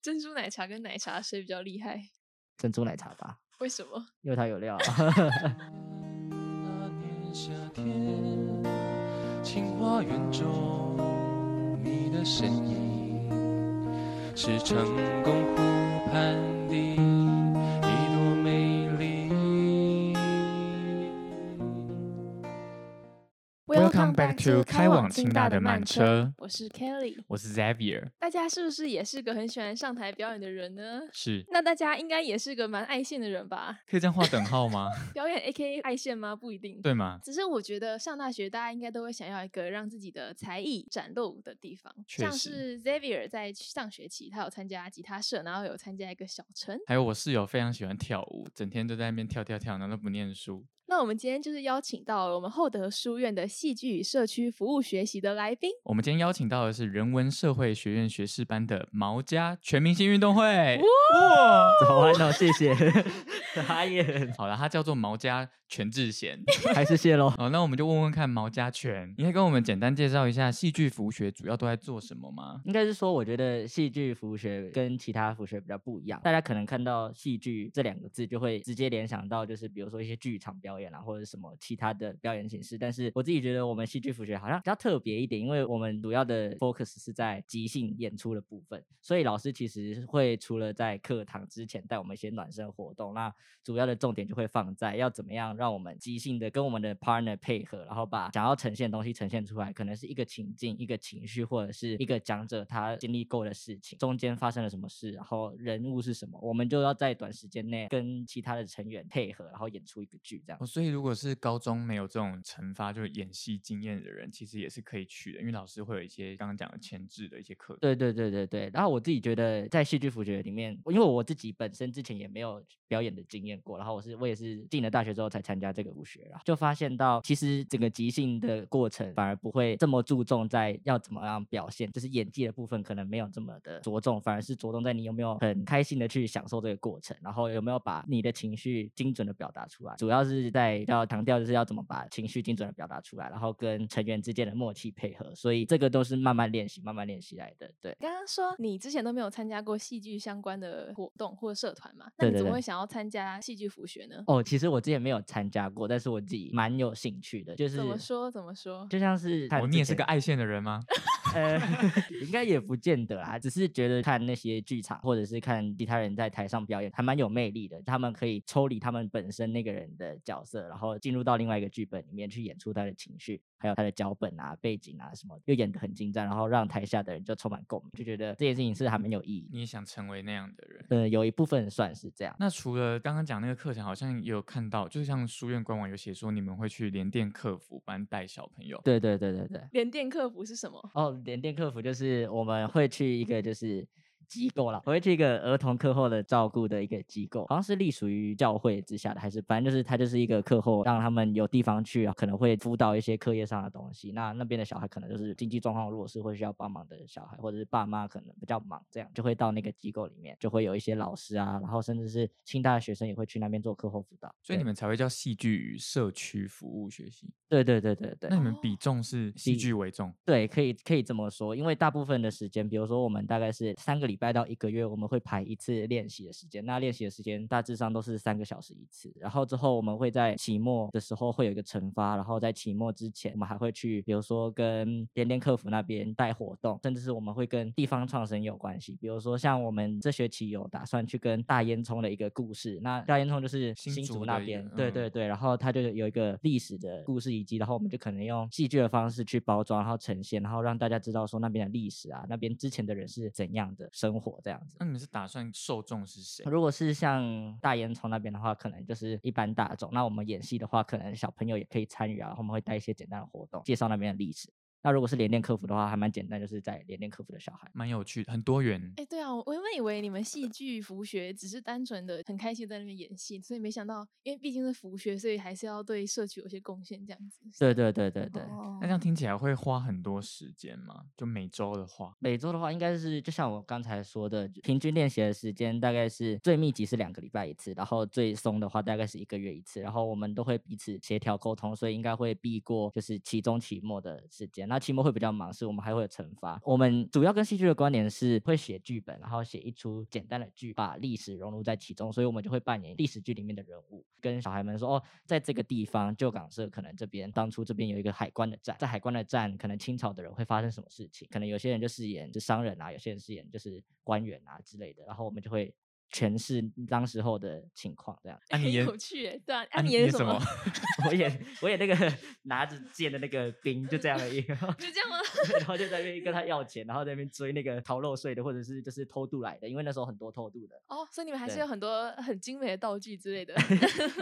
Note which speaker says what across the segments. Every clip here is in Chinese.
Speaker 1: 珍珠奶茶跟奶茶谁比较厉害？
Speaker 2: 珍珠奶茶吧，
Speaker 1: 为什么？
Speaker 2: 因为它有料啊。
Speaker 3: 那年夏天，清华园中，你的身影是成功湖畔的一朵美丽。
Speaker 4: Welcome back to 开往清大的慢车
Speaker 1: 我是 Kelly。
Speaker 4: 我是 Xavier，
Speaker 1: 大家是不是也是个很喜欢上台表演的人呢？
Speaker 4: 是
Speaker 1: 那大家应该也是个蛮爱现的人吧？
Speaker 4: 可以这样画等号吗？
Speaker 1: 表演 A K A 爱现吗？不一定。
Speaker 4: 对吗？
Speaker 1: 只是我觉得上大学，大家应该都会想要一个让自己的才艺展露的地方，
Speaker 4: 确
Speaker 1: 像
Speaker 4: 实
Speaker 1: 是 Xavier 在上学期，他有参加吉他社，然后有参加一个小城。
Speaker 4: 还有我室友非常喜欢跳舞，整天都在那边跳跳跳，然后都不念书。
Speaker 1: 那我们今天就是邀请到了我们厚德书院的戏剧与社区服务学习的来宾，
Speaker 4: 我们今天邀请到的是人文社会学院学士班的毛家全明星运动会。
Speaker 2: 早安哦，谢谢。哈耶，
Speaker 4: 好了，他叫做毛家全智贤。
Speaker 2: 还是谢喽。
Speaker 4: 好，那我们就问问看毛家全，你可以跟我们简单介绍一下戏剧服学主要都在做什么吗？
Speaker 2: 应该是说，我觉得戏剧服务学跟其他服务学比较不一样。大家可能看到“戏剧”这两个字，就会直接联想到就是比如说一些剧场表演啊，或者什么其他的表演形式。但是我自己觉得我们戏剧服务学好像比较特别一点，因为我们主要的 focus 是在即兴演出的部分，所以老师其实会除了在课堂之前带我们一些暖身活动，那主要的重点就会放在要怎么样让我们即兴的跟我们的 partner 配合，然后把想要呈现的东西呈现出来，可能是一个情境、一个情绪，或者是一个讲者他经历过的事情，中间发生了什么事，然后人物是什么，我们就要在短时间内跟其他的成员配合，然后演出一个剧这样
Speaker 4: 哦，。所以如果是高中没有这种惩罚，就是演戏经验的人，其实也是可以去的，因为老师会有一些刚刚讲的前置的一些课程。哦
Speaker 2: 对对对对对，然后我自己觉得在戏剧辅学里面，因为我自己本身之前也没有表演的经验过，然后我是我也是进了大学之后才参加这个舞学，然后就发现到其实整个即兴的过程反而不会这么注重在要怎么样表现，就是演技的部分可能没有这么的着重，反而是着重在你有没有很开心的去享受这个过程，然后有没有把你的情绪精准的表达出来，主要是在要强调就是要怎么把情绪精准的表达出来，然后跟成员之间的默契配合，所以这个都是慢慢练习、慢慢练习来的，对。
Speaker 1: 刚刚说你之前都没有参加过戏剧相关的活动或社团嘛？那
Speaker 2: 对
Speaker 1: 你
Speaker 2: 对
Speaker 1: 怎么
Speaker 2: 对
Speaker 1: 会想要参加戏剧辅学呢？
Speaker 2: 哦，其实我之前没有参加过，但是我自己蛮有兴趣的，就是
Speaker 1: 怎么说？怎么说？
Speaker 2: 就像是看
Speaker 4: 哦，
Speaker 2: 之
Speaker 4: 你也是
Speaker 2: 前
Speaker 4: 个爱现的人吗？
Speaker 2: 呃， 应该也不见得啊啦，只是觉得看那些剧场或者是看其他人在台上表演，还蛮有魅力的。他们可以抽离他们本身那个人的角色，然后进入到另外一个剧本里面去演出他的情绪，还有他的脚本啊、背景啊什么，又演得很精湛，然后让台下的人就充满共鸣，就觉得这件事情是还蛮有意义的。
Speaker 4: 你也想成为那样的人？
Speaker 2: 呃，有一部分算是这样。
Speaker 4: 那除了刚刚讲那个课程，好像也有看到，就是像书院官网有写说，你们会去联电客服班带小朋友。
Speaker 2: 对对对对对。
Speaker 1: 联电客服是什么？
Speaker 2: 哦，联电客服就是我们会去一个就是机构啦，我会去一个儿童课后的照顾的一个机构，好像是隶属于教会之下的，还是反正就是它就是一个课后，让他们有地方去，啊可能会辅导一些课业上的东西。那那边的小孩可能就是经济状况弱势或需要帮忙的小孩，或者是爸妈可能比较忙，这样就会到那个机构里面，就会有一些老师啊，然后甚至是清大的学生也会去那边做课后辅导。
Speaker 4: 所以你
Speaker 2: 对
Speaker 4: 们才会叫戏剧与社区服务学习。
Speaker 2: 对对对对对
Speaker 4: 那，你们比
Speaker 1: 哦
Speaker 4: 重是戏
Speaker 2: 比
Speaker 4: 剧为重，
Speaker 2: 对，可以可以这么说，因为大部分的时间，比如说我们大概是三个礼拜到一个月，我们会排一次练习的时间。那练习的时间大致上都是三个小时一次，然后之后我们会在期末的时候会有一个惩罚，然后在期末之前，我们还会去，比如说跟联电客服那边带活动，甚至是我们会跟地方创生有关系，比如说像我们这学期有打算去跟大烟囱的一个故事，那大烟囱就是
Speaker 4: 新
Speaker 2: 新
Speaker 4: 竹
Speaker 2: 竹那
Speaker 4: 的一个
Speaker 2: 边，对对
Speaker 4: 嗯
Speaker 2: 对，然后它就有一个历史的故事遗迹，然后我们就可能用戏剧的方式去包装，然后呈现，然后让大家知道说那边的历史啊，那边之前的人是怎样的生活这样子。
Speaker 4: 那你们是打算受众是谁？
Speaker 2: 如果是像大烟囱那边的话，可能就是一般大众。那我们演戏的话，可能小朋友也可以参与啊。然后我们会带一些简单的活动，介绍那边的历史。那如果是连练客服的话，还蛮简单，就是在连练客服的小孩。
Speaker 4: 蛮有趣的，很多元。
Speaker 1: 哎，对啊，我原本以为你们戏剧服学只是单纯的很开心在那边演戏，所以没想到，因为毕竟是服学，所以还是要对社区有些贡献这样子。
Speaker 2: 对对对对对。
Speaker 1: 哦
Speaker 4: 那这样听起来会花很多时间吗？就每周的话，
Speaker 2: 每周的话，应该是就像我刚才说的，平均练习的时间大概是最密集是两个礼拜一次，然后最松的话大概是一个月一次，然后我们都会彼此协调沟通，所以应该会避过就是期中期末的时间。那期末会比较忙，是我们还会有惩罚。我们主要跟戏剧的关联是会写剧本，然后写一出简单的剧，把历史融入在其中，所以我们就会扮演历史剧里面的人物，跟小孩们说哦，在这个地方旧港社可能这边当初这边有一个海关的站，在海关的站可能清朝的人会发生什么事情，可能有些人就饰演就商人啊，有些人饰演就是官员啊之类的，然后我们就会。诠释当时候的情况，这样。
Speaker 4: 啊，
Speaker 1: 很
Speaker 4: 你演
Speaker 1: 有趣耶，对啊，
Speaker 4: 啊
Speaker 1: 啊，你
Speaker 4: 你
Speaker 1: 演
Speaker 4: 演
Speaker 1: 什
Speaker 4: 什
Speaker 1: 么
Speaker 4: 么？
Speaker 2: 我演我演那个 拿着剑的那个兵，就这样而已。
Speaker 1: 就这样吗？，
Speaker 2: 然后就在那边跟他要钱，然后在那边追那个逃漏税的，或者是就是偷渡来的，因为那时候很多偷渡的
Speaker 1: 哦，所以你们还是
Speaker 2: 对
Speaker 1: 有很多很精美的道具之类的。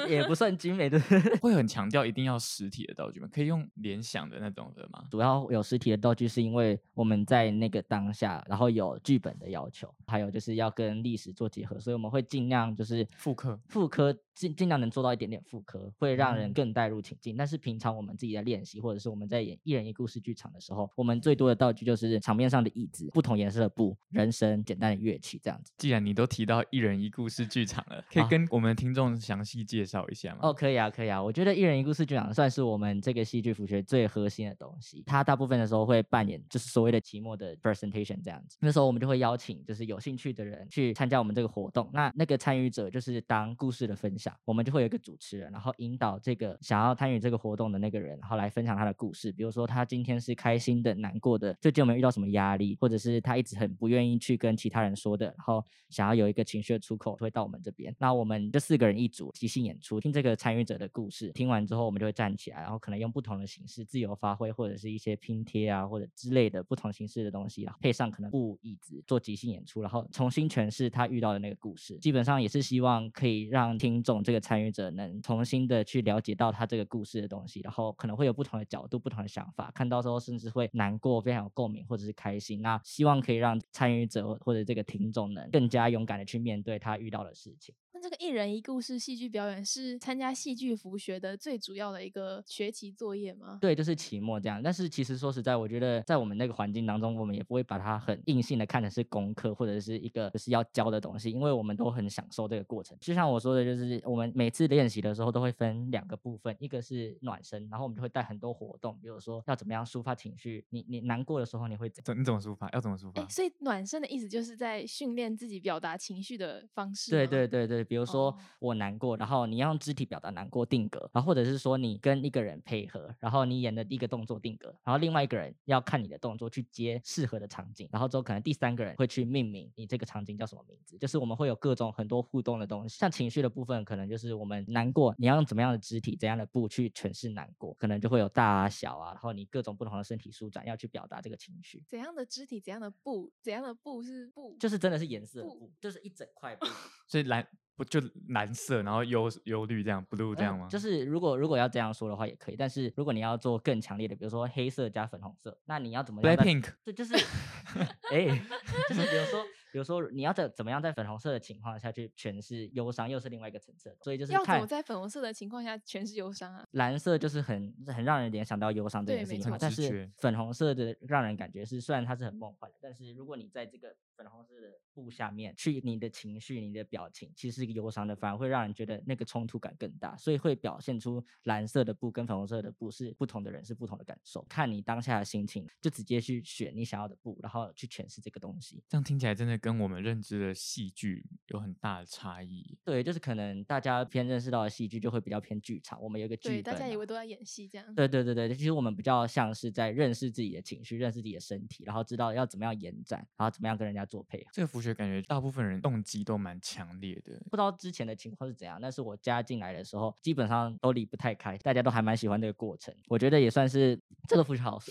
Speaker 2: 也不算精美的，
Speaker 4: 会很强调一定要实体的道具吗？可以用联想的那种的吗？
Speaker 2: 主要有实体的道具，是因为我们在那个当下，然后有剧本的要求，还有就是要跟历史做结合，所以我们会尽量就是
Speaker 4: 复刻
Speaker 2: 复刻尽尽量能做到一点点复刻，会让人
Speaker 4: 嗯
Speaker 2: 更带入情境。但是平常我们自己在练习，或者是我们在演一人一故事剧场的时候，我们最多的道具就是场面上的椅子、不同颜色的布、人声、简单的乐器这样子。
Speaker 4: 既然你都提到一人一故事剧场了，可以
Speaker 2: 啊
Speaker 4: 跟我们听众详细介绍一下吗？
Speaker 2: 哦，可以啊，可以啊。我觉得一人一故事剧场算是我们这个戏剧辅学最核心的东西。它大部分的时候会扮演就是所谓的期末的 presentation 这样子。那时候我们就会邀请就是有兴趣的人去参加我们这个活动。那那个参与者就是当故事的分享，我们就会有一个主持人，然后引导这个想要参与这个活动的那个人，然后来分享他的故事。比如说他今天是开心的、难过的，最近有没有遇到什么压力，或者是他一直很不愿意去跟其他人说的，然后想要有一个情绪的出口，会到我们这边。那我们这四个人一组即兴演出，听这个参与者的故事，听完之后我们就会站起来，然后可能用不同的形式自由发挥，或者是一些拼贴啊或者之类的不同形式的东西，然后配上可能布椅子做即兴演出，然后重新诠释他遇到的那个故事。基本上也是希望可以让听众这个参与者能重新的去了解到他这个故事的东西，然后可能会有不同的角度、不同的想法，看到时候甚至会难过、非常有共鸣或者是开心。那希望可以让参与者或者这个听众能更加勇敢的去面对他遇到的事情。
Speaker 1: 那这个一人一故事戏剧表演是参加戏剧服学的最主要的一个学期作业吗？
Speaker 2: 对，就是期末这样。但是其实说实在，我觉得在我们那个环境当中，我们也不会把它很硬性的看成是功课或者是一个就是要教的东西，因为我们都很享受这个过程。就像我说的，就是我们每次练习的时候都会分两个部分，一个是暖身，然后我们就会带很多活动，比如说要怎么样抒发情绪，你你难过的时候你会怎
Speaker 4: 怎你怎么抒发？要怎么抒
Speaker 1: 哎、
Speaker 4: 发？
Speaker 1: 所以暖身的意思就是在训练自己表达情绪的方式。
Speaker 2: 对对，对对，比如说
Speaker 1: 哦
Speaker 2: 我难过，然后你要用肢体表达难过定格，然后或者是说你跟一个人配合，然后你演的一个动作定格，然后另外一个人要看你的动作去接适合的场景，然后之后可能第三个人会去命名你这个场景叫什么名字，就是我们会有各种很多互动的东西，像情绪的部分，可能就是我们难过，你要用怎么样的肢体、怎样的步去诠释难过，可能就会有大啊、小啊，然后你各种不同的身体舒展要去表达这个情绪。
Speaker 1: 怎样的肢体，怎样的布，怎样的布是布，
Speaker 2: 就是真的是颜色的
Speaker 1: 布
Speaker 2: 布，就是一整块布，
Speaker 4: 所以蓝不就蓝色，然后忧忧虑这样，blue 这样
Speaker 2: 嗯
Speaker 4: 吗？
Speaker 2: 就是如果如果要这样说的话也可以，但是如果你要做更强烈的，比如说黑色加粉红色，那你要怎么样在？
Speaker 4: Blackpink
Speaker 2: 这就是，哎、就是比如说，比如说你要在怎么样在粉红色的情况下去诠释忧伤，又是另外一个层次，所以就是
Speaker 1: 要怎
Speaker 2: 看
Speaker 1: 么在粉红色的情况下全是忧伤啊？
Speaker 2: 蓝色就是很很让人联想到忧伤这
Speaker 1: 对
Speaker 2: 件事
Speaker 1: 没
Speaker 2: 情嘛
Speaker 1: 错，
Speaker 2: 但
Speaker 4: 直
Speaker 2: 是
Speaker 4: 觉
Speaker 2: 粉红色的让人感觉是虽然它是很梦幻的，但是如果你在这个粉红色的布下面去你的情绪、你的表情，其实是忧伤的，反而会让人觉得那个冲突感更大，所以会表现出蓝色的布跟粉红色的布是不同的人是不同的感受，看你当下的心情，就直接去选你想要的布，然后去诠释这个东西。
Speaker 4: 这样听起来真的跟我们认知的戏剧有很大的差异。
Speaker 2: 对，就是可能大家偏认识到的戏剧就会比较偏剧场，我们有一个剧
Speaker 1: 对，
Speaker 2: 本、
Speaker 1: 大家以
Speaker 2: 啊
Speaker 1: 为都在演戏这样。
Speaker 2: 对对对对，其实我们比较像是在认识自己的情绪，认识自己的身体，然后知道要怎么样延展，然后怎么样跟人家做配合。
Speaker 4: 这个服学感觉大部分人动机都蛮强烈的，
Speaker 2: 不知道之前的情况是怎样，但是我加进来的时候，基本上都离不太开，大家都还蛮喜欢这个过程。我觉得也算是这个服学好处，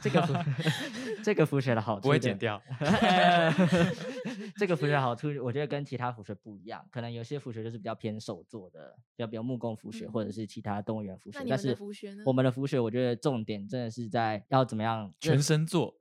Speaker 2: 这个服 这个服学的好处
Speaker 4: 不会
Speaker 2: 的
Speaker 4: 剪掉。
Speaker 2: 这个辅学好处，我觉得跟其他辅学不一样，可能有些辅学就是比较偏手做的，要比如木工辅学、或者是其他动物园辅
Speaker 1: 嗯
Speaker 2: 学
Speaker 1: 那。你
Speaker 2: 但
Speaker 1: 们的
Speaker 2: 是
Speaker 1: 辅学呢
Speaker 2: 我们的辅学，我觉得重点真的是在要怎么样认
Speaker 4: 全身做，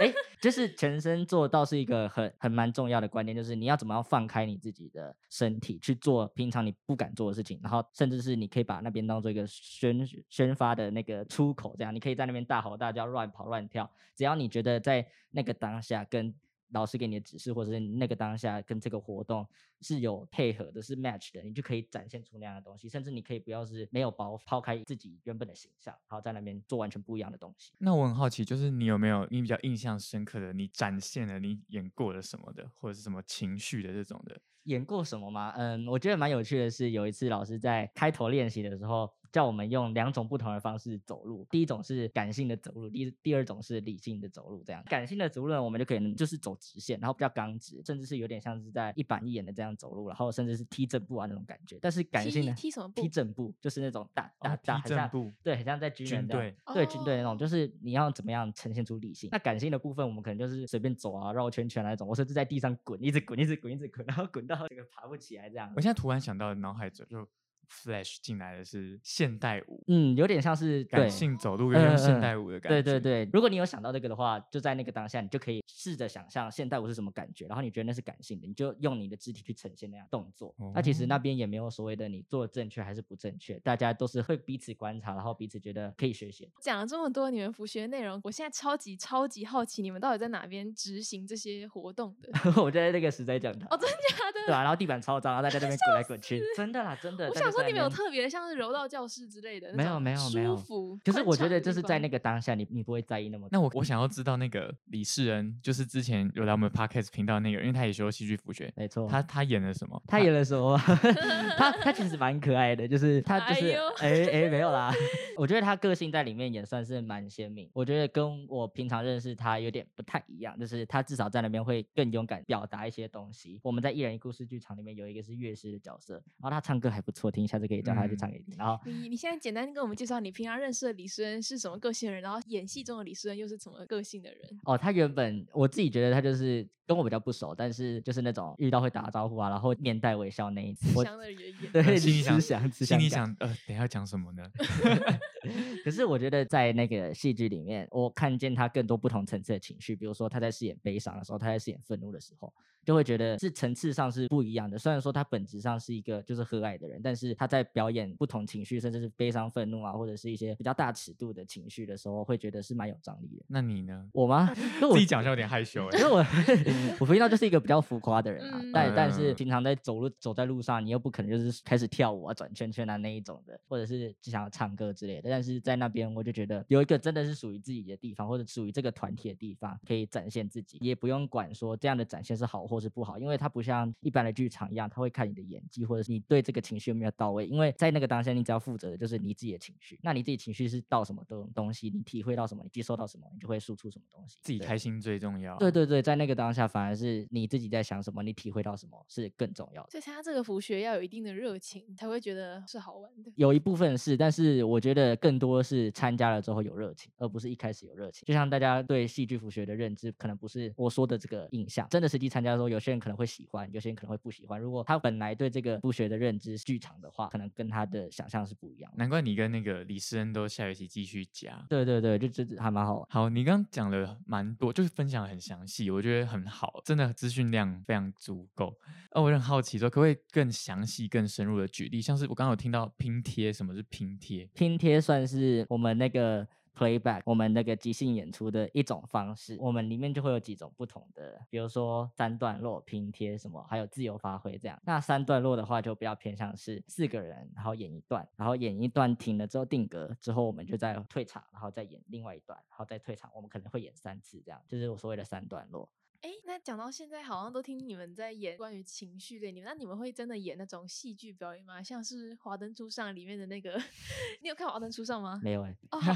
Speaker 2: 哎，就是全身做倒是一个很很蛮重要的观念，就是你要怎么样放开你自己的身体去做平常你不敢做的事情，然后甚至是你可以把那边当做一个宣宣发的那个出口，这样你可以在那边大吼大叫、乱跑乱跳，只要你觉得在那个当下跟老师给你的指示，或者是那个当下跟这个活动是有配合的，是 match 的，你就可以展现出那样的东西，甚至你可以不要是没有包抛开自己原本的形象，然后在那边做完全不一样的东西。
Speaker 4: 那我很好奇，就是你有没有你比较印象深刻的，你展现了你演过的什么的，或者是什么情绪的这种的？
Speaker 2: 演过什么吗？嗯，我觉得蛮有趣的是，有一次老师在开头练习的时候，叫我们用两种不同的方式走路。第一种是感性的走路，第第二种是理性的走路。这样感性的走路呢，我们就可以就是走直线，然后比较刚直，甚至是有点像是在一板一眼的这样走路，然后甚至是踢正步啊那种感觉。但是感性
Speaker 1: 踢
Speaker 2: 的
Speaker 1: 踢什么步
Speaker 2: 踢正步就是那种打打
Speaker 4: 哦
Speaker 2: 打，
Speaker 4: 踢
Speaker 2: 很
Speaker 4: 正
Speaker 2: 像
Speaker 4: 步，
Speaker 2: 对，很像在军人
Speaker 4: 军
Speaker 2: 这样
Speaker 4: 队
Speaker 2: 对军队那种，
Speaker 1: 哦
Speaker 2: 就是你要怎么样呈现出理性。那感性的部分，我们可能就是随便走啊，绕圈圈啊那种，我甚至在地上滚，一直滚，一直滚，一直滚，然后滚到这个爬不起来这样
Speaker 4: 我。现在突然想到，脑海中就 flash 进来的是现代舞，
Speaker 2: 嗯，有点像是对
Speaker 4: 感性走路，有点像
Speaker 2: 嗯嗯
Speaker 4: 现
Speaker 2: 嗯
Speaker 4: 代舞的感觉。
Speaker 2: 对对对，如果你有想到这个的话，就在那个当下，你就可以试着想象现代舞是什么感觉，然后你觉得那是感性的，你就用你的肢体去呈现那样动作。那其实那
Speaker 4: 哦
Speaker 2: 边也没有所谓的你做得正确还是不正确，大家都是会彼此观察，然后彼此觉得可以学习 的
Speaker 1: 讲了这么多你们服学的内容，我现在超级超级好奇，你们到底在哪边执行这些活动的？
Speaker 2: 我就在那个时代讲堂，
Speaker 1: 哦，真的假的？
Speaker 2: 对啊，然后地板超脏，然后大家在那边滚来滚去，真的啦，真的。
Speaker 1: 我
Speaker 2: 大家
Speaker 1: 想
Speaker 2: 就
Speaker 1: 说
Speaker 2: 在
Speaker 1: 你们
Speaker 2: 那
Speaker 1: 有
Speaker 2: 边
Speaker 1: 特别像是柔道教室之类的那
Speaker 2: 没有
Speaker 1: 种
Speaker 2: 没有没有
Speaker 1: 舒服。
Speaker 2: 可是我觉得就是在那
Speaker 1: 个
Speaker 2: 个当下你，你不会在意那么多。
Speaker 4: 那我我想要知道那个李世恩，就是之前有来我们 podcast 频道那个，因为他也修戏剧辅学，
Speaker 2: 没错，
Speaker 4: 他他演了什么？
Speaker 2: 哦他演了 什么？他他其实蛮可爱的，就是他就是哎
Speaker 1: 哎
Speaker 2: 哎、没有啦， 我觉得他个性在里面也算是蛮鲜明。我觉得跟我平常认识他有点不太一样，就是他至少在那边会更勇敢表达一些东西。我们在一人一故事剧场里面有一个是乐师的角色，然后他唱歌还不错听，下次可以叫他去
Speaker 4: 嗯
Speaker 2: 唱给你听。然后
Speaker 1: 你你现在简单跟我们介绍你平常认识的李诗恩是什么个性的人，然后演戏中的李诗恩又是什么个性的人？
Speaker 2: 哦，他原本我自己觉得他就是跟我比较不熟，但是就是那种遇到会打招呼啊，然后面带微笑那一次。我
Speaker 1: 相对也 演。
Speaker 2: 对，
Speaker 4: 心里想
Speaker 2: 慈祥慈祥
Speaker 4: 心里
Speaker 2: 感
Speaker 4: 想，呃，等一下讲什么呢？
Speaker 2: 可是我觉得在那个戏剧里面，我看见他更多不同层次的情绪，比如说他在饰演悲伤的时候，他在饰演愤怒的时候，就会觉得是层次上是不一样的。虽然说他本质上是一个就是和蔼的人，但是他在表演不同情绪，甚至是悲伤、愤怒啊，或者是一些比较大尺度的情绪的时候，会觉得是蛮有张力的。
Speaker 4: 那你呢？
Speaker 2: 我吗？ 跟我
Speaker 4: 自己讲一下有点害 羞哎、
Speaker 2: 因为 我我平常就是一个比较浮夸的人啊，
Speaker 1: 嗯
Speaker 2: 但但是
Speaker 4: 嗯
Speaker 2: 平常在走路走在路上，你又不可能就是开始跳舞啊、转圈圈啊那一种的，或者是只想要唱歌之类的。但是在那边，我就觉得有一个真的是属于自己的地方，或者属于这个团体的地方，可以展现自己，也不用管说这样的展现是好或是不好，因为它不像一般的剧场一样，它会看你的演技或者是你对这个情绪有没有到位。因为在那个当下，你只要负责的就是你自己的情绪，那你自己情绪是到什么东东西，你体会到什么，你接收到什么，你就会输出什么东西。
Speaker 4: 自己
Speaker 2: 对
Speaker 4: 开心最重要。
Speaker 2: 对对对，在那个当下，反而是你自己在想什么，你体会到什么是更重要的。
Speaker 1: 所以他这个服学要有一定的热情，才会觉得是好玩的。
Speaker 2: 有一部分是，但是我觉得更多是参加了之后有热情，而不是一开始有热情。就像大家对戏剧服学的认知，可能不是我说的这个印象。真的实际参加的时候，有些人可能会喜欢，有些人可能会不喜欢。如果他本来对这个服学的认知是剧场的话，可能跟他的想象是不一样的。
Speaker 4: 难怪你跟那个李世恩都下学期继续加。
Speaker 2: 对对对，就这还蛮好玩。
Speaker 4: 好，你刚刚讲了蛮多，就是分享得很详细，我觉得很好，真的资讯量非常足够。哦，我很好奇说，可不可以更详细、更深入的举例？像是我刚刚有听到拼贴，什么是拼贴？
Speaker 2: 拼贴算是我们那个 playback，我们那个即兴演出的一种方式。我们里面就会有几种不同的，比如说三段落、拼贴什么，还有自由发挥这样。那三段落的话，就比较偏向是四个人，然后演一段，然后演一段停了之后定格之后，我们就再退场，然后再演另外一段，然后再退场。我们可能会演三次这样，就是我所谓的三段落。
Speaker 1: 哎，那讲到现在，好像都听你们在演关于情绪类，你们那你们会真的演那种戏剧表演吗？像是《华灯初上》里面的那个， 你有看《华灯初上》吗？
Speaker 2: 没 有哎、
Speaker 1: 哦，好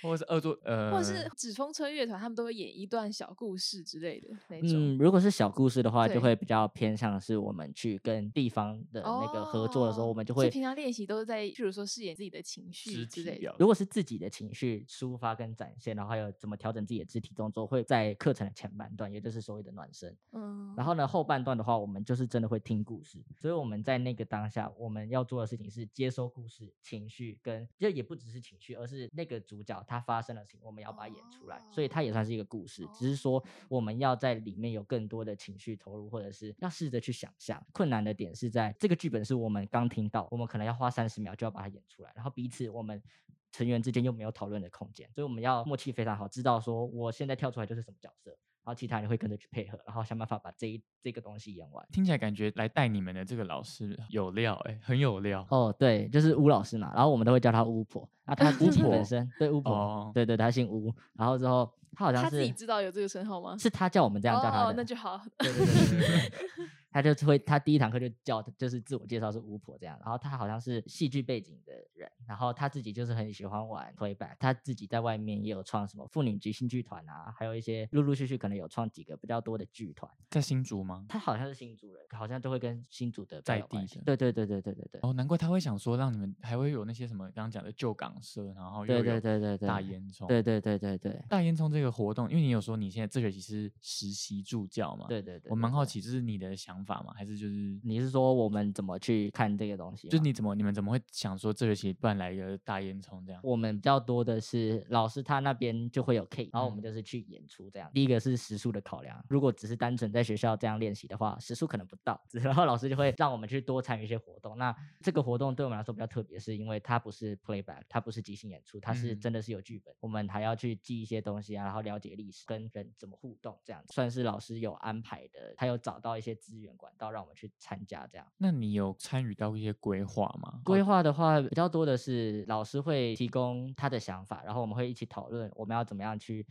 Speaker 4: 或者是恶作呃，
Speaker 1: 或者是指风车乐团，他们都会演一段小故事之类的那种。
Speaker 2: 嗯，如果是小故事的话，就
Speaker 1: 对
Speaker 2: 会比较偏向是我们去跟地方的那个合作的时候，
Speaker 1: 哦
Speaker 2: 我们就
Speaker 1: 所以
Speaker 2: 会
Speaker 1: 平常练习都是在，譬如说饰演自己的情绪
Speaker 4: 肢
Speaker 1: 之
Speaker 4: 体
Speaker 1: 类的。
Speaker 4: 表
Speaker 2: 如果是自己的情绪抒发跟展现，然后还有怎么调整自己的肢体动作，会在课程的前半段，也就是所谓的暖身。
Speaker 1: 嗯，
Speaker 2: 然后呢，后半段的话，我们就是真的会听故事。所以我们在那个当下，我们要做的事情是接收故事、情绪跟，就也不只是情绪，而是那个主角他发生的事情，我们要把它演出来。所以它也算是一个故事，只是说我们要在里面有更多的情绪投入，或者是要试着去想象。困难的点是在这个剧本是我们刚听到，我们可能要花三十秒就要把它演出来，然后彼此我们。成员之间又没有讨论的空间，所以我们要默契非常好，知道说我现在跳出来就是什么角色，然后其他人会跟着去配合，然后想办法把这一这个东西演完。
Speaker 4: 听起来感觉来带你们的这个老师有料哎、很有料
Speaker 2: 哦，对，就是巫老师嘛，然后我们都会叫他巫婆。那 他自
Speaker 4: 巫
Speaker 2: 己
Speaker 4: 婆
Speaker 2: 本身对巫婆，
Speaker 4: 哦
Speaker 2: 对对，他姓巫。然后之后他好像
Speaker 1: 他
Speaker 2: 是
Speaker 1: 自己知道有这个称号吗？
Speaker 2: 是他叫我们这样叫他的，
Speaker 1: 哦，那就好。
Speaker 2: 对对对对对对 他就是会，他第一堂课就叫，就是自我介绍是巫婆这样，然后他好像是戏剧背景的人，然后他自己就是很喜欢玩 playback，他自己在外面也有创什么妇女级新剧团啊，还有一些陆陆续续可能有创几个比较多的剧团，
Speaker 4: 在新竹吗？
Speaker 2: 他好像是新族人，好像都会跟新族的比较
Speaker 4: 在
Speaker 2: 有关
Speaker 4: 地
Speaker 2: 系
Speaker 4: 的
Speaker 2: 对对对对对对对，
Speaker 4: 哦，难怪他会想说让你们还会有那些什么刚刚讲的旧港社，然后又
Speaker 2: 对
Speaker 4: 有
Speaker 2: 对对对对，
Speaker 4: 大烟囱，
Speaker 2: 对对对对对
Speaker 4: 大烟囱这个活动，因为你有说你现在这学期是实习助教嘛，
Speaker 2: 对对对，
Speaker 4: 我蛮
Speaker 2: 对
Speaker 4: 好
Speaker 2: 对
Speaker 4: 奇，这是你的想法吗？还是就是
Speaker 2: 你是说我们怎么去看这个东西吗？
Speaker 4: 就是你怎么你们怎么会想说这学期不然来一个大烟囱这样？
Speaker 2: 我们比较多的是老师他那边就会有 K，然后我们
Speaker 4: 嗯
Speaker 2: 就是去演出这样。第一个是时数的考量，如果只是单纯在学校这样练习的话，时数可能不到， 然后老师就会让我们去多参与一些活动。那这个活动对我们来说比较特别，是因为它不是 playback，它不是即兴演出，它是
Speaker 4: 嗯
Speaker 2: 真的是有剧本，我们还要去记一些东西啊，然后了解历史跟人怎么互动，这样算是老师有安排的，他有找到一些资源管道让我们去参加这样。
Speaker 4: 那你有参与到一些规划吗？
Speaker 2: 规划的话，比较多的是老师会提供他的想法，然后我们会一起讨论我们要怎么样去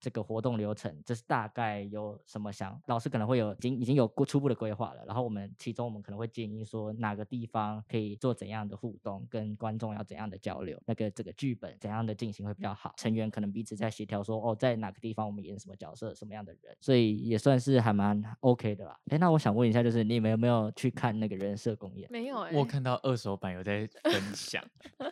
Speaker 2: 这个活动流程，这是大概有什么想，老师可能会有已经已经有过初步的规划了，然后我们其中我们可能会建议说哪个地方可以做怎样的互动，跟观众要怎样的交流，那个这个剧本怎样的进行会比较好，成员可能彼此在协调说哦，在哪个地方我们演什么角色，什么样的人，所以也算是还蛮 OK 的啦。哎，那我想问一下，就是你们有没有去看那个人设公演？
Speaker 1: 没有哎、
Speaker 4: 哦我看到二手版有在分 享，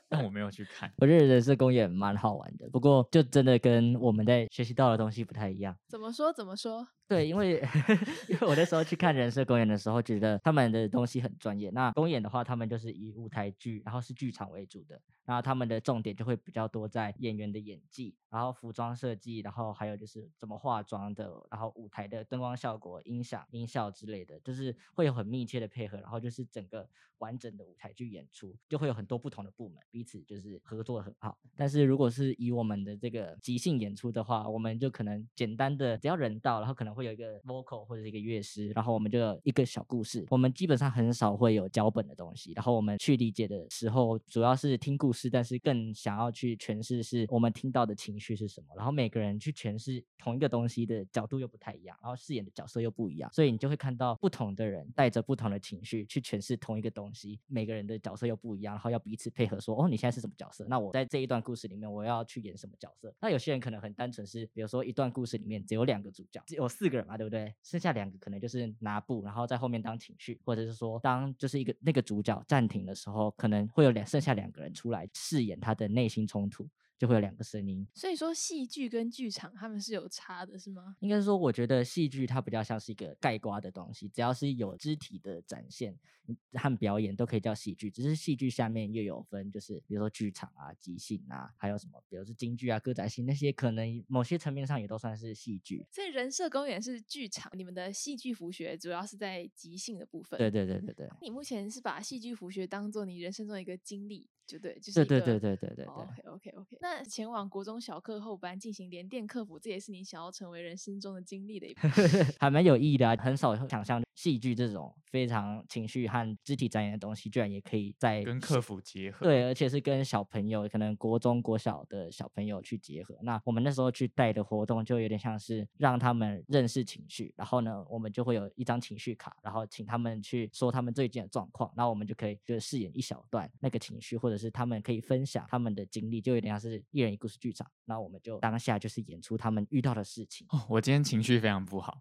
Speaker 4: 但我没有去看。
Speaker 2: 我觉得人事工也蛮好玩的，不过就真的跟我们在学习到的东西不太一样。
Speaker 1: 怎么说怎么说，
Speaker 2: 对，因为 因为我那时候去看人事公演的时候，觉得他们的东西很专业。那公演的话，他们就是以舞台剧，然后是剧场为主的，然后他们的重点就会比较多在演员的演技，然后服装设计，然后还有就是怎么化妆的，然后舞台的灯光效果、音响、音效之类的，就是会有很密切的配合。然后就是整个完整的舞台剧演出，就会有很多不同的部门彼此就是合作得很好。但是如果是以我们的这个即兴演出的话，我们就可能简单的只要人到，然后可能会有一个 vocal 或者是一个乐师，然后我们就有一个小故事。我们基本上很少会有脚本的东西，然后我们去理解的时候，主要是听故事，但是更想要去诠释是我们听到的情绪是什么。然后每个人去诠释同一个东西的角度又不太一样，然后饰演的角色又不一样，所以你就会看到不同的人带着不同的情绪去诠释同一个东西，每个人的角色又不一样，然后要彼此配合说，哦，你现在是什么角色？那我在这一段故事里面我要去演什么角色？那有些人可能很单纯是，比如说一段故事里面只有两个主角，只有四个人嘛，对不对？剩下两个可能就是拿布，然后在后面当情绪，或者是说当就是一个那个主角暂停的时候，可能会有两剩下两个人出来饰演他的内心冲突。就会有两个声音，
Speaker 1: 所以说戏剧跟剧场他们是有差的，是吗？
Speaker 2: 应该是说，我觉得戏剧它比较像是一个盖瓜的东西，只要是有肢体的展现嗯和表演都可以叫戏剧。只是戏剧下面又有分，就是比如说剧场啊、即兴啊，还有什么，比如是京剧啊、歌仔戏那些，可能某些层面上也都算是戏剧。
Speaker 1: 所以人设公园是剧场，你们的戏剧服学主要是在即兴的部分。
Speaker 2: 对，对对对对，
Speaker 1: 你目前是把戏剧服学当做你人生中一个经历，就对，就是
Speaker 2: 对
Speaker 1: 一
Speaker 2: 对
Speaker 1: 个哦
Speaker 2: 对对对对对。
Speaker 1: OK OK OK，那前往国中小课后班进行联电客服，这也是你想要成为人生中的经历的一部分。
Speaker 2: 还蛮有意义的、啊，很少想象戏剧这种非常情绪和肢体展演的东西，居然也可以在
Speaker 4: 跟
Speaker 2: 客
Speaker 4: 客
Speaker 2: 服。
Speaker 4: 服结合，
Speaker 2: 对，而且是跟小朋友，可能国中、国小的小朋友去结合。那我们那时候去带的活动，就有点像是让他们认识情绪，然后呢，我们就会有一张情绪卡，然后请他们去说他们最近的状况，然后我们就可以就是饰演一小段那个情绪，或者是他们可以分享他们的经历，就有点像是一人一故事剧场。那我们就当下就是演出他们遇到的事情，
Speaker 4: 哦，我今天情绪非常 不好，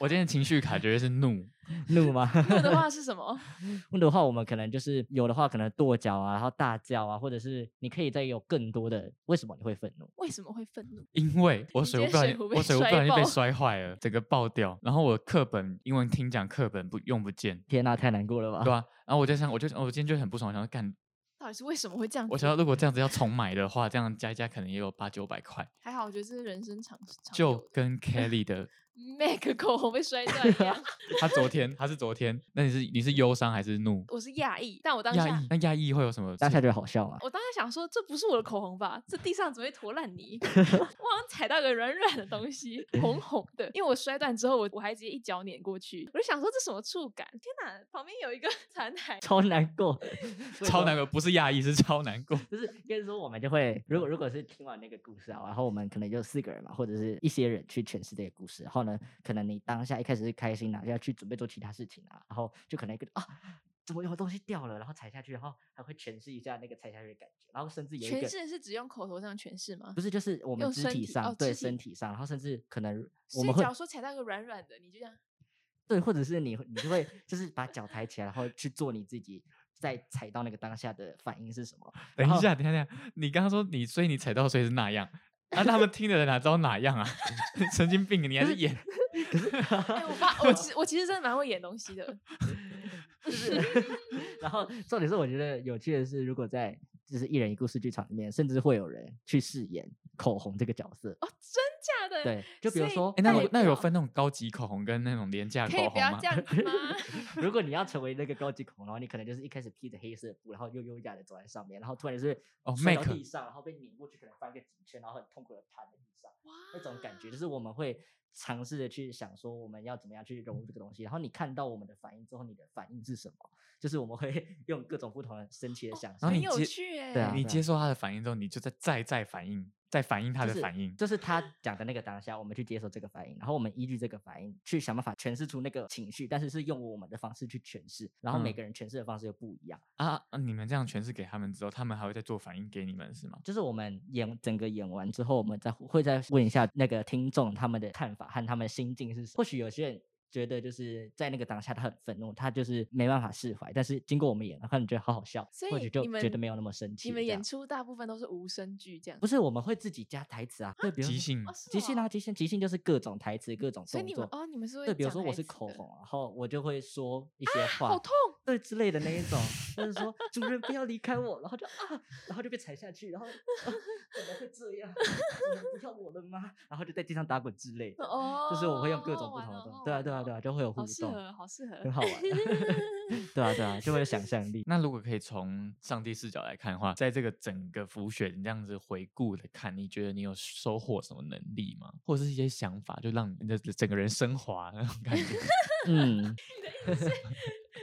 Speaker 4: 我今天情绪卡绝对是怒，
Speaker 2: 怒吗？
Speaker 1: 那的话是什么？
Speaker 2: 问的话，我们可能就是有的话，可能跺脚啊，然后大叫啊，或者是你可以再有更多的为什么你会愤怒？
Speaker 1: 为什么会愤怒？
Speaker 4: 因为我
Speaker 1: 你
Speaker 4: 水
Speaker 1: 今
Speaker 4: 壶
Speaker 1: 天水壶
Speaker 4: 不小心，
Speaker 1: 被
Speaker 4: 我水壶不
Speaker 1: 摔
Speaker 4: 小心被
Speaker 1: 爆
Speaker 4: 摔坏了，整个爆掉，然后我课本英文听讲课本不用不见，
Speaker 2: 天呐、太难过了吧？
Speaker 4: 对吧、然后我就想，我就我今天就很不爽，我想说干，
Speaker 1: 到底是为什么会这样
Speaker 4: 我
Speaker 1: 子
Speaker 4: 想？到如果这样子要重买的话，这样加一加可能也有八九百块，
Speaker 1: 还好，我觉得这是人生常常有
Speaker 4: 就
Speaker 1: 的
Speaker 4: 跟 Kelly 的
Speaker 1: Mac 口红被摔断一样。
Speaker 4: 他昨天，他是昨天，那你是你是忧伤还是怒？
Speaker 1: 我是讶异，但我当
Speaker 4: 压
Speaker 1: 下
Speaker 4: 抑，那压抑会有什么事？
Speaker 2: 当下觉得好笑嘛。
Speaker 1: 我当时想说，这不是我的口红吧？这地上怎么会坨烂泥？我好像踩到个软软的东西，红红的。因为我摔断之后，我我还直接一脚撵过去，我就想说这什么触感？天哪！旁边有一个 残骸，
Speaker 2: 超难过，
Speaker 4: 超难
Speaker 2: 过。
Speaker 4: 过，不是压抑，是超难过。
Speaker 2: 就是跟你说，我们就会，如
Speaker 1: 嗯
Speaker 2: 果如果是听完那个故事啊，然后我们可能就四个人嘛，或者是一些人去诠释这个故事，然后呢，可能你当下一开始是开心啊的、要去准备做其他事情啊，然后就可能一个啊，怎么有东西掉了，然后踩下去，然后还会诠释一下那个踩下去的感觉，然后甚至 有一
Speaker 1: 诠
Speaker 2: 个
Speaker 1: 释是只用口头上诠释吗
Speaker 2: 不？是就是我们
Speaker 1: 用
Speaker 2: 肢
Speaker 1: 身
Speaker 2: 体
Speaker 1: 体
Speaker 2: 上
Speaker 1: 哦
Speaker 2: 对
Speaker 1: 肢体
Speaker 2: 身体上，然后甚至可能我
Speaker 1: 所以
Speaker 2: 们
Speaker 1: 假
Speaker 2: 会
Speaker 1: 如说踩到一个软软的，你就这样。
Speaker 2: 对，或者是你会你就会就是把脚抬起来，然后去做你自己在踩到那个当下的反应是什么，
Speaker 4: 等
Speaker 2: 然
Speaker 4: 一
Speaker 2: 后
Speaker 4: 下，等一下，等一下，你刚刚说你，所以你踩到，所以是那样。啊，他们听的人哪知道哪样啊？ 你神经病，你还是演？
Speaker 1: 哎、我发我其实我其实真的蛮会演东西的。
Speaker 2: 然后重点是，我觉得有趣的是，如果在就是一人一故事剧场里面，甚至会有人去饰演口红这个角色。
Speaker 1: 哦，真假的？
Speaker 2: 对，就比如
Speaker 1: 所以
Speaker 2: 说，
Speaker 4: 哎、那
Speaker 1: 代
Speaker 4: 有那有
Speaker 1: 表
Speaker 4: 分那种高级口红跟那种廉价口
Speaker 1: 可以
Speaker 4: 红
Speaker 1: 不要
Speaker 4: 吗
Speaker 1: 这？样子吗？
Speaker 2: 如果你要成为那个高级口红，然后你可能就是一开始披着黑色的布，然后又优雅的走在上面，然后突然就是
Speaker 4: 哦
Speaker 2: 摔到
Speaker 4: ，make
Speaker 2: 地上，然后被拧过去，可能翻个几圈，然后很痛苦的趴在地上，
Speaker 1: 哇
Speaker 2: 那种感觉，就是我们会尝试的去想说，我们要怎么样去融入这个东西。然后你看到我们的反应之后，你的反应是什么？就是我们会 用各种不同的神
Speaker 1: 哦
Speaker 2: 奇的想象
Speaker 4: 哦然后
Speaker 1: 很
Speaker 4: 你
Speaker 1: 有
Speaker 4: 接
Speaker 1: 趣哎、
Speaker 2: 对啊
Speaker 4: 你接受他的反应之后，你就再再再反应，再反应他的
Speaker 2: 就是
Speaker 4: 反应。
Speaker 2: 就是他讲的那个当下，我们去接受这个反应，然后我们依据这个反应去想办法诠释出那个情绪，但是是用我们的方式去诠释，然后每
Speaker 4: 嗯
Speaker 2: 个人诠释的方式又不一样。
Speaker 4: 啊，啊你们这样诠释给他们之后，他们还会再做反应给你们是吗？
Speaker 2: 就是我们演整个演完之后，我们再会再问一下那个听众他们的看法和他们的心境是什么。或许有些人。觉得就是在那个当下，他很愤怒，他就是没办法释怀。但是经过我们演，然后你觉得好好笑，
Speaker 1: 所
Speaker 2: 或
Speaker 1: 以
Speaker 2: 许就
Speaker 1: 你
Speaker 2: 觉得
Speaker 1: 们
Speaker 2: 没有那么生气。
Speaker 1: 你们
Speaker 2: 这样
Speaker 1: 演出大部分都是无声剧这样
Speaker 2: 不。是我们会自己加台词啊？对，比如
Speaker 4: 即
Speaker 2: 说
Speaker 4: 兴
Speaker 1: 哦，是
Speaker 2: 即兴
Speaker 1: 哦
Speaker 2: 啊，即兴即兴就是各种台词、各种
Speaker 1: 所以
Speaker 2: 动
Speaker 1: 你
Speaker 2: 作
Speaker 1: 们。哦，你们是会
Speaker 2: 对，比如
Speaker 1: 讲
Speaker 2: 说我
Speaker 1: 台
Speaker 2: 是
Speaker 1: 词
Speaker 2: 口
Speaker 1: 的啊
Speaker 2: 红，啊然后我就会说一些话，
Speaker 1: 好痛！
Speaker 2: 对之类的那一种，就是 说主人不要离开我，然后就啊，然后就被踩下去，然后、啊、怎么会这样？ 主人不要我了吗？然后就在地上打滚之类的，
Speaker 1: 哦，
Speaker 2: 就是我会用各种不
Speaker 1: 完
Speaker 2: 同的
Speaker 1: 了
Speaker 2: 东西，
Speaker 1: 哦
Speaker 2: 对啊
Speaker 1: 完
Speaker 2: 对啊
Speaker 1: 了
Speaker 2: 对啊，就会有互
Speaker 1: 好适
Speaker 2: 动，
Speaker 1: 合，好适合
Speaker 2: 很。好玩，对啊对啊，就会有想象 力。
Speaker 4: 那如果可以从上帝视角来看的话，在这个整个浮雪你这样子回顾的看，你觉得你有收获什么能力吗？或者是一些想法，就让你的整个人升华那种 感觉？
Speaker 2: 嗯，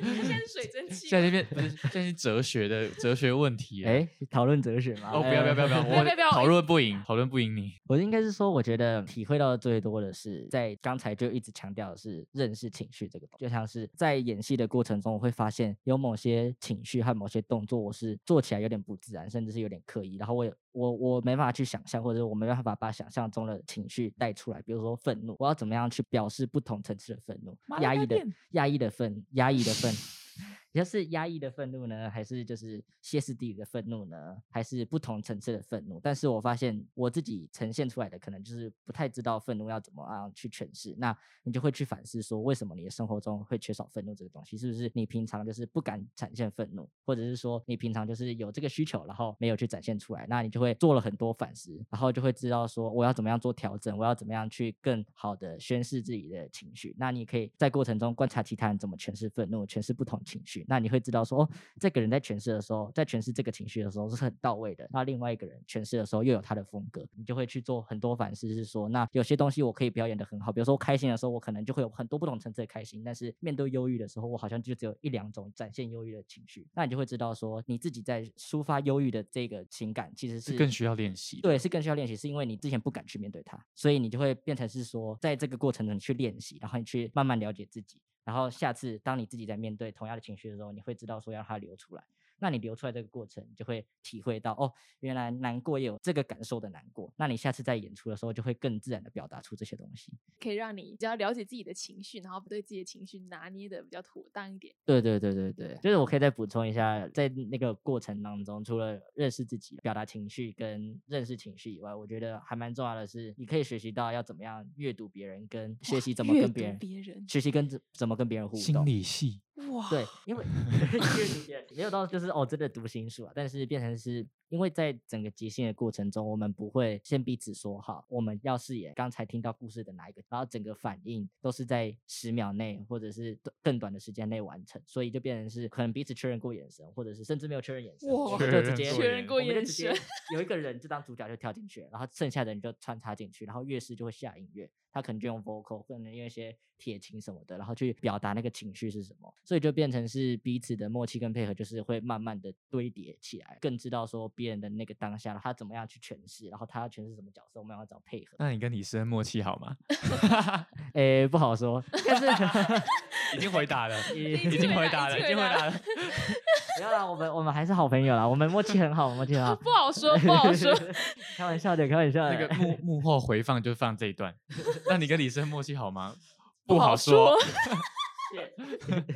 Speaker 1: 你现在是 水蒸气
Speaker 4: 现在
Speaker 1: 吗，
Speaker 4: 这边不是现在是哲学的哲学问题了。
Speaker 2: 哎，讨论哲学吗？
Speaker 4: 哦，不要 不要不要 不要，
Speaker 2: 哎
Speaker 1: 不要不要不要
Speaker 4: 我讨论不赢，讨论不赢你。
Speaker 2: 我应该是说，我觉得体会到的最多的是，在刚才就一直强调的是认识情绪这个东西，就像是在演戏的过程中，我会发现有某些情绪和某些动作，我是做起来有点不自然，甚至是有点刻意，然后我也我我没办法去想象，或者我没办法把想象中的情绪带出来，比如说愤怒，我要怎么样去表示不同层次的愤怒，压抑的压抑的愤，压抑的愤。比较是压抑的愤怒呢，还是就是歇斯底里的愤怒呢，还是不同层次的愤怒？但是我发现我自己呈现出来的，可能就是不太知道愤怒要怎么样去诠释。那你就会去反思说，为什么你的生活中会缺少愤怒这个东西？是不是你平常就是不敢展现愤怒，或者是说你平常就是有这个需求，然后没有去展现出来？那你就会做了很多反思，然后就会知道说我要怎么样做调整，我要怎么样去更好的宣示自己的情绪。那你可以在过程中观察其他人怎么诠释愤怒，诠释不同情绪，那你会知道说哦，这个人在诠释的时候，在诠释这个情绪的时候是很到位的，那另外一个人诠释的时候又有他的风格，你就会去做很多反思，是说那有些东西我可以表演的很好，比如说我开心的时候，我可能就会有很多不同层次的开心，但是面对忧郁的时候，我好像就只有一两种展现忧郁的情绪，那你就会知道说你自己在抒发忧郁的这个情感其实是
Speaker 4: 是更需要练习的。
Speaker 2: 对，是更需要练习，是因为你之前不敢去面对它，所以你就会变成是说，在这个过程中你去练习，然后你去慢慢了解自己，然后下次当你自己在面对同样的情绪的时候，你会知道说要让它流出来。那你流出来这个过程，你就会体会到哦，原来难过也有这个感受的难过。那你下次在演出的时候，就会更自然的表达出这些东西。
Speaker 1: 可以让你只要了解自己的情绪，然后对自己的情绪拿捏的比较妥当一点。
Speaker 2: 对对对对对，就是我可以再补充一下，在那个过程当中，除了认识自己、表达情绪跟认识情绪以外，我觉得还蛮重要的是，你可以学习到要怎么样阅读别人，跟学习怎么
Speaker 1: 阅
Speaker 2: 跟
Speaker 1: 读
Speaker 2: 别人，
Speaker 1: 别人
Speaker 2: 学习跟怎怎么跟别人互
Speaker 4: 心
Speaker 2: 动。
Speaker 4: 理系，
Speaker 1: 哇哇，
Speaker 2: 对，因为也没有到就是哦，真的读心术啊，但是变成是因为在整个即兴的过程中，我们不会先彼此说好，我们要饰演刚才听到故事的哪一个，然后整个反应都是在十秒内或者是短更短的时间内完成，所以就变成是可能彼此确认过眼神，或者是甚至没有确认眼神，
Speaker 1: 哇
Speaker 2: 我
Speaker 4: 确
Speaker 2: 们就直
Speaker 4: 认
Speaker 2: 接
Speaker 4: 过
Speaker 1: 确认
Speaker 4: 眼
Speaker 1: 过
Speaker 2: 我们就
Speaker 1: 眼
Speaker 2: 直 接
Speaker 1: 神，
Speaker 2: 有一个人就当主角就跳进去了，然后剩下的人就穿插进去，然后乐师就会下音乐，他可能
Speaker 1: 嗯
Speaker 2: 就用 vocal，可能用一些铁琴什么的，然后去表达那个情绪是什么，所以就变成是彼此的默契跟配合，就是会慢慢的堆叠起来，更知道说别人的那个当下他怎么样去诠释，然后他要诠释什么角色，我们要找配
Speaker 1: 嗯
Speaker 2: 合。
Speaker 4: 那你跟李生默契好 吗？
Speaker 2: 诶，不好说，但是
Speaker 4: 已经回答了，
Speaker 1: 已
Speaker 4: 已
Speaker 1: 经
Speaker 4: 经
Speaker 1: 回
Speaker 4: 回
Speaker 1: 答
Speaker 4: 答了，
Speaker 1: 已经
Speaker 4: 已经
Speaker 1: 回
Speaker 4: 回
Speaker 1: 答
Speaker 4: 答 了。
Speaker 2: 不要啦，我们我们还是好朋友啦，我们默契很好，我们默契很好。
Speaker 1: 不好说， 不好说。
Speaker 2: 开玩笑的，开玩笑的。
Speaker 4: 那个幕幕后回放就放这 一段。那你跟李生默契好吗？
Speaker 1: 不好
Speaker 4: 好说。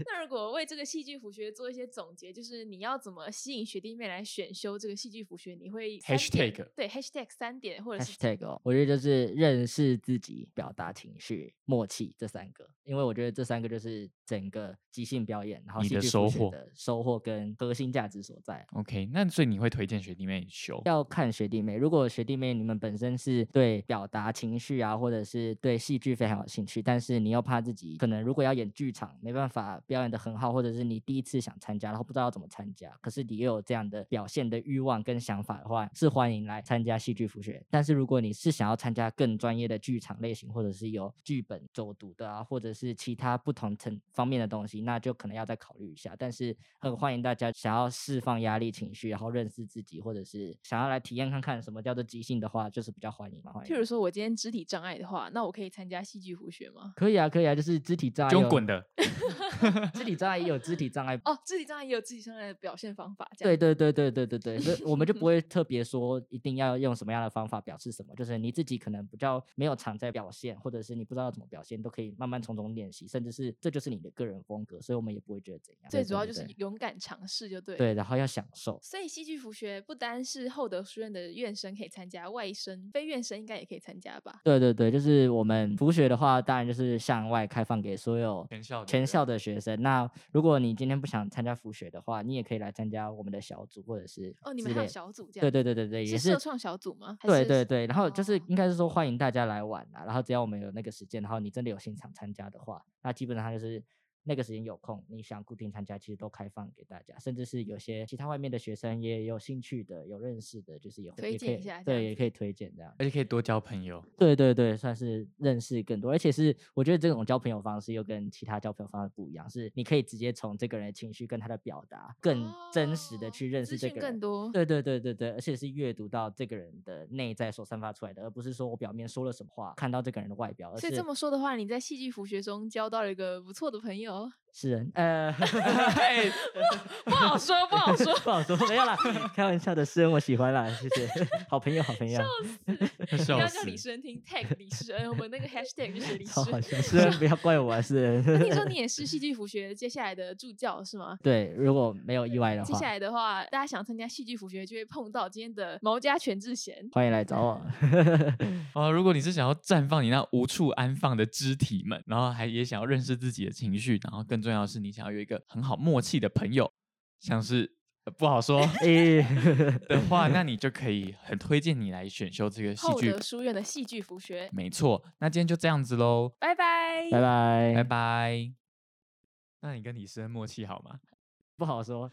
Speaker 1: 那如果为这个戏剧辅学做一些总结，就是你要怎么吸引学弟妹来选修这个戏剧辅学？你会三点
Speaker 4: Hashtag
Speaker 1: 对 #hashtag 三点或者是
Speaker 2: hashtag 哦，我觉得就是认识自己、表达情绪、默契这三个，因为我觉得这三个就是整个即兴表演，然后
Speaker 4: 你
Speaker 2: 戏
Speaker 4: 的
Speaker 2: 剧
Speaker 4: 收
Speaker 2: 复学
Speaker 4: 获
Speaker 2: 的收获跟核心价值所在。
Speaker 4: OK，那所以你会推荐学弟妹修？
Speaker 2: 要看学弟妹，如果学弟妹你们本身是对表达情绪啊，或者是对戏剧非常有兴趣，但是你又怕自己可能如果要演剧场没办法表演的很好，或者是你第一次想参加，然后不知道要怎么参加，可是你又有这样的表现的欲望跟想法的话，是欢迎来参加戏剧复学。但是如果你是想要参加更专业的剧场类型，或者是有剧本走读的啊，或者是其他不同层方面的东西，那就可能要再考虑一下。但是很欢迎大家想要释放压力情绪，然后认识自己，或者是想要来体验看看什么叫做即兴的话，就是比较欢迎嘛。欢
Speaker 1: 譬
Speaker 2: 迎
Speaker 1: 如说我今天肢体障碍的话，那我可以参加戏剧辅学吗？
Speaker 2: 可以啊，可以啊，就是肢体障碍
Speaker 4: 就
Speaker 2: 有，
Speaker 4: 用滚 的，
Speaker 2: 肢体障碍也有肢体障碍。
Speaker 1: 哦，肢体障碍也有肢体障碍的表现方法，这
Speaker 2: 对
Speaker 1: 样
Speaker 2: 对对对对对对，所以我们 就不会特别说一定要用什么样的方法表示什么，就是你自己可能比较没有常在表现，或者是你不知道怎么表现，都可以慢慢从中练习，甚至是这就是你的个人风格，所以我们也不会觉得怎样。
Speaker 1: 最
Speaker 2: 对
Speaker 1: 主要
Speaker 2: 对
Speaker 1: 就是
Speaker 2: 对
Speaker 1: 勇敢尝试，就对。
Speaker 2: 对，。然后要享受。
Speaker 1: 所以戏剧辅学不单是厚德书院的院生可以参加，外生、非院生应该也可以参加吧？
Speaker 2: 对对对，就是我们辅学的话，当然就是向外开放给所有
Speaker 4: 全校的
Speaker 2: 全
Speaker 4: 人
Speaker 2: 校的学
Speaker 1: 啊
Speaker 2: 生。那如果你今天不想参加辅学的话，你也可以来参加我们的小组或者是
Speaker 1: 哦，你
Speaker 2: 之
Speaker 1: 们还有
Speaker 2: 类
Speaker 1: 小组这样？
Speaker 2: 对对对对对，
Speaker 1: 是
Speaker 2: 也是
Speaker 1: 社创小组吗？还
Speaker 2: 对
Speaker 1: 是
Speaker 2: 对对，然后就是
Speaker 1: 哦
Speaker 2: 应该是说欢迎大家来玩啦，然后只要我们有那个时间，然后你真的有现场参加的话，那基本上就是那个时间有空，你想固定参加，其实都开放给大家，甚至是有些其他外面的学生也有兴趣的、有认识的，就是也会
Speaker 1: 推
Speaker 2: 也可
Speaker 1: 荐一
Speaker 2: 以
Speaker 1: 下这样
Speaker 2: 对，也
Speaker 1: 子
Speaker 2: 可以推荐这样。
Speaker 4: 而且可以多交 朋友。
Speaker 2: 对对对，算是认识更多，而且是我觉得这种交朋友方式又跟其他交朋友方式不一样，是你可以直接从这个人的情绪跟他的表达更真实的
Speaker 1: 哦
Speaker 2: 去认识
Speaker 1: 资
Speaker 2: 这
Speaker 1: 讯
Speaker 2: 个人，
Speaker 1: 更多
Speaker 2: 对对对对对，而且是阅读到这个人的内在所散发出来的，而不是说我表面说了什么话，看到这个人的外表，而
Speaker 1: 所以
Speaker 2: 是
Speaker 1: 这么说的话，你在戏剧辅学中交到了一个不错的朋 友，
Speaker 2: 是人呃。
Speaker 4: 哎
Speaker 1: 不好说， 不好说
Speaker 2: 不好说，没 有啦，开玩笑的，是人我喜欢啦，谢谢，好朋友好朋友，
Speaker 1: 不
Speaker 4: 笑
Speaker 1: 要叫
Speaker 4: 死
Speaker 1: 李！世恩听 tag 李世恩，我们那个 hashtag 就是 李世
Speaker 2: 超好
Speaker 1: 恩。
Speaker 2: 笑，是人不要怪我啊，是
Speaker 1: 那
Speaker 2: 人。
Speaker 1: 听说你也是戏剧辅学接下来的助教是吗？
Speaker 2: 对，如果没有意外的
Speaker 1: 接下
Speaker 2: 话，
Speaker 1: 来的话，大家想参加戏剧辅学，就会碰到今天的毛家全智贤。
Speaker 2: 欢迎来找 我。
Speaker 4: 哦，如果你是想要绽放你那无处安放的肢体们，然后还也想要认识自己的情绪，然后更重要的是你想要有一个很好默契的朋友，像是、呃不好说
Speaker 2: 诶、
Speaker 4: 的话，那你就可以很推荐你来选修这个戏
Speaker 1: 厚
Speaker 4: 剧嗯
Speaker 1: 德。书院的戏剧辅学，
Speaker 4: 没错，那今天就这样子喽，
Speaker 1: 拜拜
Speaker 2: 拜拜，
Speaker 4: 拜拜。那你跟李生默契好吗？
Speaker 2: 不好说。